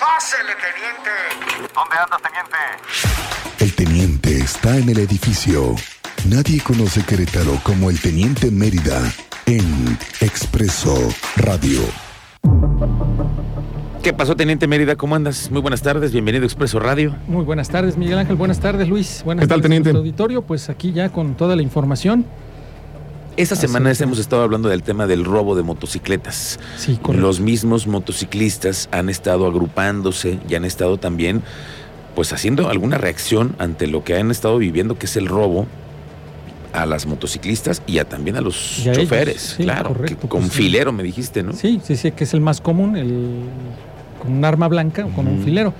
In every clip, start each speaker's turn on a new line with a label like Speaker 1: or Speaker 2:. Speaker 1: Pásele, teniente.
Speaker 2: ¿Dónde andas, teniente?
Speaker 3: El teniente está en el edificio. Nadie conoce Querétaro como el teniente Mérida en Expreso Radio.
Speaker 4: ¿Qué pasó, Teniente Mérida? ¿Cómo andas? Muy buenas tardes, bienvenido a Expreso Radio.
Speaker 5: Muy buenas tardes, Miguel Ángel. Buenas tardes, Luis. Buenas
Speaker 6: ¿Qué tal,
Speaker 5: tardes a
Speaker 6: teniente?
Speaker 5: nuestro auditorio, pues aquí ya con toda la información.
Speaker 4: Esta
Speaker 5: Así
Speaker 4: semana
Speaker 5: es.
Speaker 4: hemos estado hablando del tema del robo de motocicletas.
Speaker 5: Sí, correcto.
Speaker 4: Los mismos motociclistas han estado agrupándose y han estado también, pues, haciendo alguna reacción ante lo que han estado viviendo, que es el robo a las motociclistas y a, también a los
Speaker 5: Y a ellos,
Speaker 4: choferes.
Speaker 5: sí,
Speaker 4: claro,
Speaker 5: correcto,
Speaker 4: que con
Speaker 5: pues, sí.
Speaker 4: filero me dijiste, ¿no?
Speaker 5: Sí, sí, sí, que es el más común, el, con un arma blanca o con un
Speaker 4: Ujú.
Speaker 5: filero.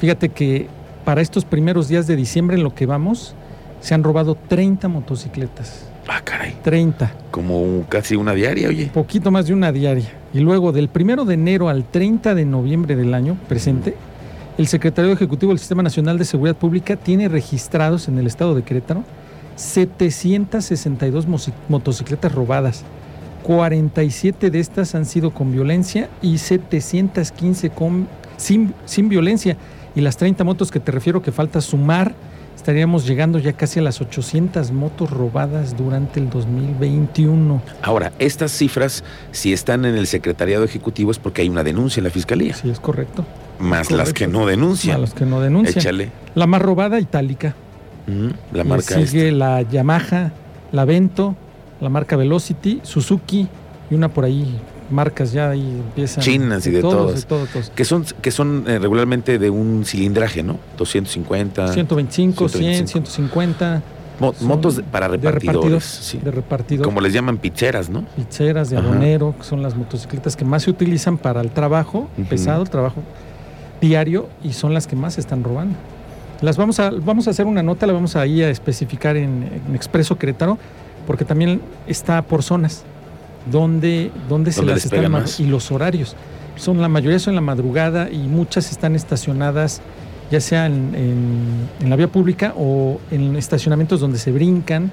Speaker 5: Fíjate que para estos primeros días de diciembre en lo que vamos, se han robado 30 motocicletas.
Speaker 4: Ah, caray.
Speaker 5: 30,
Speaker 4: Como un- casi una diaria, oye.
Speaker 5: poquito más de una diaria. Y luego del 1 de enero al 30 de noviembre del año presente, el secretario ejecutivo del Sistema Nacional de Seguridad Pública tiene registrados en el estado de Querétaro 762 mosi- motocicletas robadas. 47 de estas han sido con violencia y 715 con, sin, sin violencia. Y las 30 motos que te refiero que falta sumar, estaríamos llegando ya casi a las 800 motos robadas durante el 2021.
Speaker 4: Ahora, estas cifras, si están en el secretariado ejecutivo, es porque hay una denuncia en la fiscalía,
Speaker 5: Sí, es correcto.
Speaker 4: más las
Speaker 5: correcto.
Speaker 4: que no denuncian.
Speaker 5: A los que no denuncian.
Speaker 4: Échale.
Speaker 5: La más robada, Itálica.
Speaker 4: Ujú, La
Speaker 5: Le
Speaker 4: marca
Speaker 5: sigue la Yamaha, la Vento, la marca Velocity, Suzuki y una por ahí, marcas ya ahí empiezan.
Speaker 4: Chinas y de
Speaker 5: todos,
Speaker 4: todos.
Speaker 5: de todos, todos.
Speaker 4: esta, Que son, que son eh, regularmente de un cilindraje, ¿no? 250
Speaker 5: 125, 100, 150.
Speaker 4: mo-
Speaker 5: son
Speaker 4: motos para repartidores.
Speaker 5: De repartidores.
Speaker 4: sí.
Speaker 5: De repartidor.
Speaker 4: Como les llaman picheras, ¿no?
Speaker 5: pizzeras de
Speaker 4: Ajá.
Speaker 5: abonero, que son las motocicletas que más se utilizan para el trabajo
Speaker 4: Ujú.
Speaker 5: pesado, el trabajo diario, y son las que más se están robando. Las vamos a, vamos a hacer una nota, la vamos a ir a especificar en, en Expreso Querétaro, porque también está por zonas donde, donde se
Speaker 4: Donde
Speaker 5: las
Speaker 4: les pegan
Speaker 5: están ma-
Speaker 4: más.
Speaker 5: y los horarios. Son la mayoría son en la madrugada y muchas están estacionadas ya sea en, en- en la vía pública o en estacionamientos donde se brincan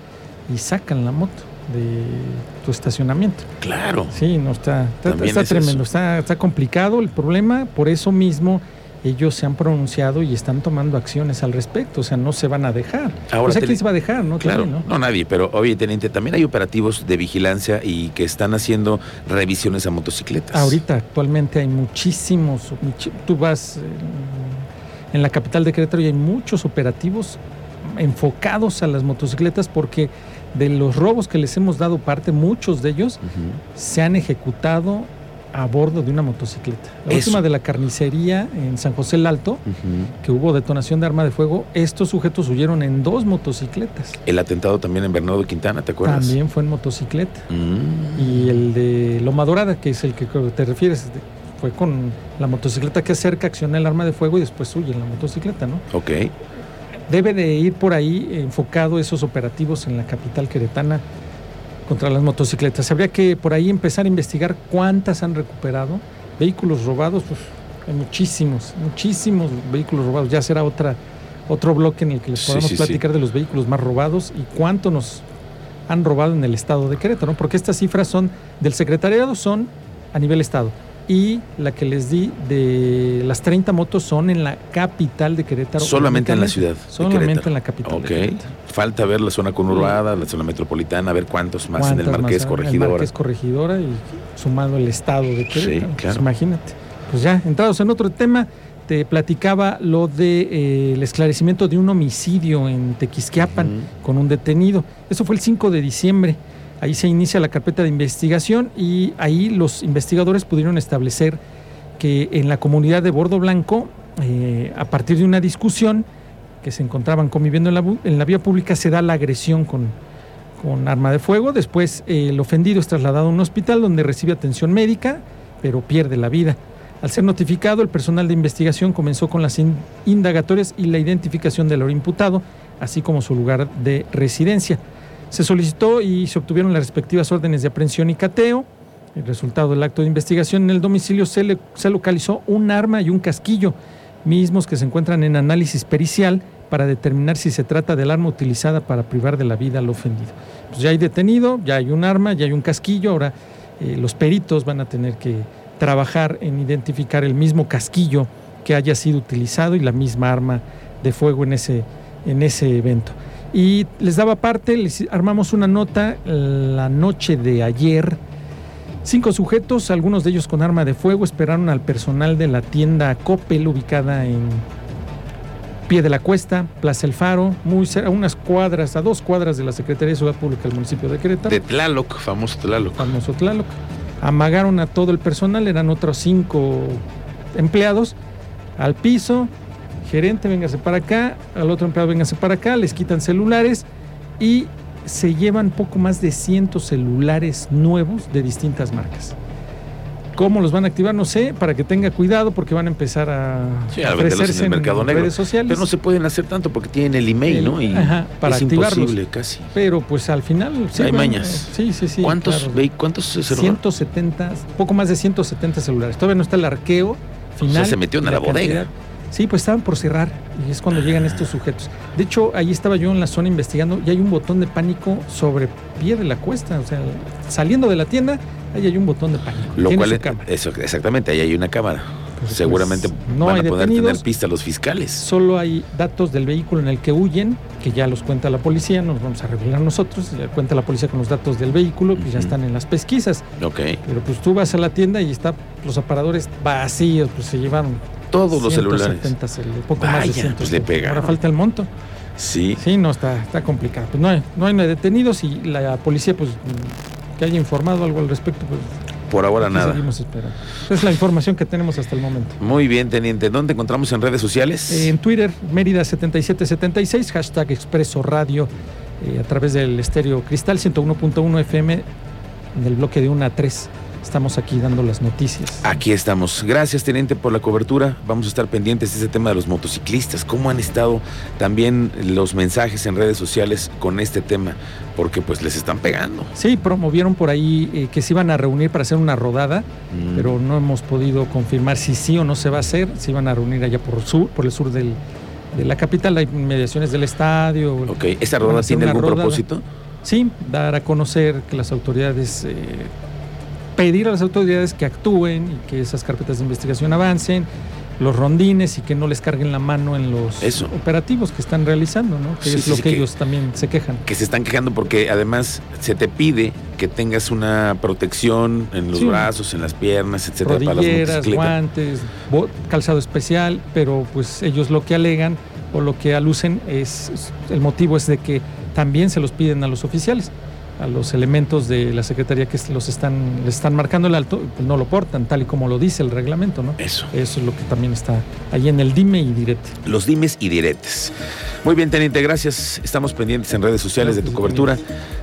Speaker 5: y sacan la moto de tu estacionamiento.
Speaker 4: Claro.
Speaker 5: Sí, no está, está,
Speaker 4: También
Speaker 5: está
Speaker 4: es eso.
Speaker 5: tremendo, está, está complicado el problema, por eso mismo ellos se han pronunciado y están tomando acciones al respecto, o sea, no se van a dejar.
Speaker 4: Ahora
Speaker 5: o sea,
Speaker 4: te-
Speaker 5: ¿quién se va a dejar? No,
Speaker 4: Claro,
Speaker 5: También, ¿no?
Speaker 4: no nadie, pero oye, teniente, también hay operativos de vigilancia y que están haciendo revisiones a motocicletas.
Speaker 5: Ahorita, actualmente hay muchísimos, muchi- tú vas eh, en la capital de Querétaro y hay muchos operativos enfocados a las motocicletas porque de los robos que les hemos dado parte, muchos de ellos
Speaker 4: Ujú.
Speaker 5: se han ejecutado a bordo de una motocicleta. La
Speaker 4: Eso.
Speaker 5: última de la carnicería en San José el Alto,
Speaker 4: Ujú.
Speaker 5: que hubo detonación de arma de fuego, estos sujetos huyeron en dos motocicletas.
Speaker 4: El atentado también en Bernardo Quintana, ¿te acuerdas?
Speaker 5: También fue en motocicleta.
Speaker 4: Mm.
Speaker 5: Y el de Loma Dorada, que es el que te refieres, de- fue con la motocicleta que acerca, acciona el arma de fuego y después huye en la motocicleta, ¿no?
Speaker 4: Ok.
Speaker 5: Debe de ir por ahí enfocado esos operativos en la capital queretana contra las motocicletas. Habría que por ahí empezar a investigar cuántas han recuperado. Vehículos robados, pues hay muchísimos, muchísimos vehículos robados. Ya será otra, otro bloque en el que les
Speaker 4: Sí,
Speaker 5: podamos
Speaker 4: sí, sí.
Speaker 5: platicar de los vehículos más robados y cuánto nos han robado en el estado de Querétaro, ¿no? porque estas cifras son del secretariado, son a nivel estado. Y la que les di de las 30 motos son en la capital de Querétaro.
Speaker 4: Solamente en la ciudad.
Speaker 5: únicamente.
Speaker 4: de
Speaker 5: Solamente
Speaker 4: Querétaro.
Speaker 5: en la capital. de
Speaker 4: Ok.
Speaker 5: Querétaro.
Speaker 4: Falta ver la zona conurbada, la zona metropolitana, a ver cuántos más en el
Speaker 5: ¿Cuántas más
Speaker 4: Marqués
Speaker 5: hay?
Speaker 4: Corregidora.
Speaker 5: El Marqués Corregidora y sumado el estado de Querétaro.
Speaker 4: Sí,
Speaker 5: pues
Speaker 4: claro.
Speaker 5: imagínate. Pues ya, entrados en otro tema, te platicaba lo de eh, el esclarecimiento de un homicidio en Tequisquiapan
Speaker 4: Ujú.
Speaker 5: con un detenido. Eso fue el 5 de diciembre. Ahí se inicia la carpeta de investigación y ahí los investigadores pudieron establecer que en la comunidad de Bordo Blanco, eh, a partir de una discusión que se encontraban conviviendo en la, bu- en la vía pública, se da la agresión con, con arma de fuego. Después eh, el ofendido es trasladado a un hospital donde recibe atención médica, pero pierde la vida. Al ser notificado, el personal de investigación comenzó con las in- indagatorias y la identificación del imputado, así como su lugar de residencia. Se solicitó y se obtuvieron las respectivas órdenes de aprehensión y cateo. El resultado del acto de investigación en el domicilio se, le- se localizó un arma y un casquillo, mismos que se encuentran en análisis pericial para determinar si se trata del arma utilizada para privar de la vida al ofendido. Pues ya hay detenido, ya hay un arma, ya hay un casquillo, ahora eh, los peritos van a tener que trabajar en identificar el mismo casquillo que haya sido utilizado y la misma arma de fuego en ese, en ese evento. Y les daba parte, les armamos una nota la noche de ayer. Cinco sujetos, algunos de ellos con arma de fuego, esperaron al personal de la tienda Coppel ubicada en Pie de la Cuesta, Plaza El Faro, muy cerca, a unas cuadras, a dos cuadras de la Secretaría de Ciudad Pública del municipio de Querétaro.
Speaker 4: De Tlaloc, famoso Tlaloc.
Speaker 5: famoso Tlaloc. Amagaron a todo el personal, eran otros cinco empleados, al piso, gerente, véngase para acá, al otro empleado, véngase para acá, les quitan celulares y se llevan poco más de 100 celulares nuevos de distintas marcas. ¿Cómo los van a activar? No sé, para que tenga cuidado porque van a empezar a
Speaker 4: Sí, a venderlos en el mercado negro.
Speaker 5: redes sociales.
Speaker 4: Pero no se pueden hacer tanto porque tienen el email,
Speaker 5: El-
Speaker 4: ¿no? Y
Speaker 5: ajá, para
Speaker 4: es
Speaker 5: activarlos.
Speaker 4: imposible casi.
Speaker 5: Pero pues al final...
Speaker 4: Hay
Speaker 5: bueno,
Speaker 4: mañas.
Speaker 5: eh, Sí, sí, sí.
Speaker 4: ¿Cuántos,
Speaker 5: claro.
Speaker 4: ve- ¿Cuántos se se robaron?
Speaker 5: 170, poco más de 170 celulares. Todavía no está el arqueo final.
Speaker 4: O sea, se metieron a
Speaker 5: y
Speaker 4: la bodega.
Speaker 5: Sí, pues estaban por cerrar y es cuando llegan estos sujetos. De hecho, ahí estaba yo en la zona investigando y hay un botón de pánico sobre pie de la cuesta. O sea, saliendo de la tienda, ahí hay un botón de pánico.
Speaker 4: Lo
Speaker 5: Tiene
Speaker 4: cual
Speaker 5: su
Speaker 4: es,
Speaker 5: cámara.
Speaker 4: eso, exactamente, ahí hay una cámara.
Speaker 5: Pues,
Speaker 4: Seguramente
Speaker 5: pues, no
Speaker 4: van
Speaker 5: hay
Speaker 4: a poder
Speaker 5: detenidos.
Speaker 4: tener pista los fiscales.
Speaker 5: Solo hay datos del vehículo en el que huyen, que ya los cuenta la policía, nos vamos a revelar nosotros, ya cuenta la policía con los datos del vehículo, pues ya
Speaker 4: Ujú.
Speaker 5: están en las pesquisas.
Speaker 4: Ok.
Speaker 5: Pero pues tú vas a la tienda y están los aparadores vacíos, pues se llevaron
Speaker 4: Todos los celulares.
Speaker 5: 170 celu- poco más de
Speaker 4: Vaya,
Speaker 5: 170.
Speaker 4: pues le pegaron.
Speaker 5: Ahora falta el monto.
Speaker 4: Sí.
Speaker 5: Sí, no, está, está complicado. Pues no hay, no hay detenidos y la policía, pues, mm, que haya informado algo al respecto, pues
Speaker 4: Por ahora
Speaker 5: aquí
Speaker 4: nada.
Speaker 5: seguimos esperando. Esa es la información que tenemos hasta el momento.
Speaker 4: Muy bien, teniente. ¿Dónde encontramos en redes sociales?
Speaker 5: En Twitter, Mérida 7776, hashtag Expreso Radio, eh, a través del estéreo Cristal 101.1 FM, en el bloque de 1 a 3. Estamos aquí dando las noticias.
Speaker 4: Aquí estamos. Gracias, teniente, por la cobertura. Vamos a estar pendientes de este tema de los motociclistas. ¿Cómo han estado también los mensajes en redes sociales con este tema? Porque pues les están pegando.
Speaker 5: Sí, promovieron por ahí eh, que se iban a reunir para hacer una rodada,
Speaker 4: Mm.
Speaker 5: pero no hemos podido confirmar si sí o no se va a hacer. Se iban a reunir allá por, sur, por el sur del- de la capital, hay mediaciones del estadio.
Speaker 4: Ok, ¿esta
Speaker 5: Van a
Speaker 4: rodada
Speaker 5: hacer
Speaker 4: tiene
Speaker 5: una
Speaker 4: algún
Speaker 5: rodada.
Speaker 4: propósito?
Speaker 5: Sí, dar a conocer que las autoridades, eh, pedir a las autoridades que actúen y que esas carpetas de investigación avancen, los rondines y que no les carguen la mano en los
Speaker 4: Eso.
Speaker 5: operativos que están realizando, ¿no? que
Speaker 4: Sí,
Speaker 5: es
Speaker 4: sí,
Speaker 5: lo
Speaker 4: sí,
Speaker 5: que
Speaker 4: que-
Speaker 5: ellos también se quejan.
Speaker 4: Que se están quejando porque además se te pide que tengas una protección en los
Speaker 5: Sí.
Speaker 4: brazos, en las piernas, etcétera, este, para las
Speaker 5: rodilleras,
Speaker 4: motocicletas.
Speaker 5: guantes, bo- calzado especial, pero pues ellos lo que alegan o lo que alucen es, es- el motivo es de que también se los piden a los oficiales, a los elementos de la secretaría que se los están le están marcando el alto, pues, no lo portan tal y como lo dice el reglamento, ¿no?
Speaker 4: Eso.
Speaker 5: Eso es lo que también está ahí en el dime y direte.
Speaker 4: Los dimes y diretes. Muy bien, teniente, gracias. Estamos pendientes en redes sociales de tu
Speaker 5: Gracias,
Speaker 4: cobertura.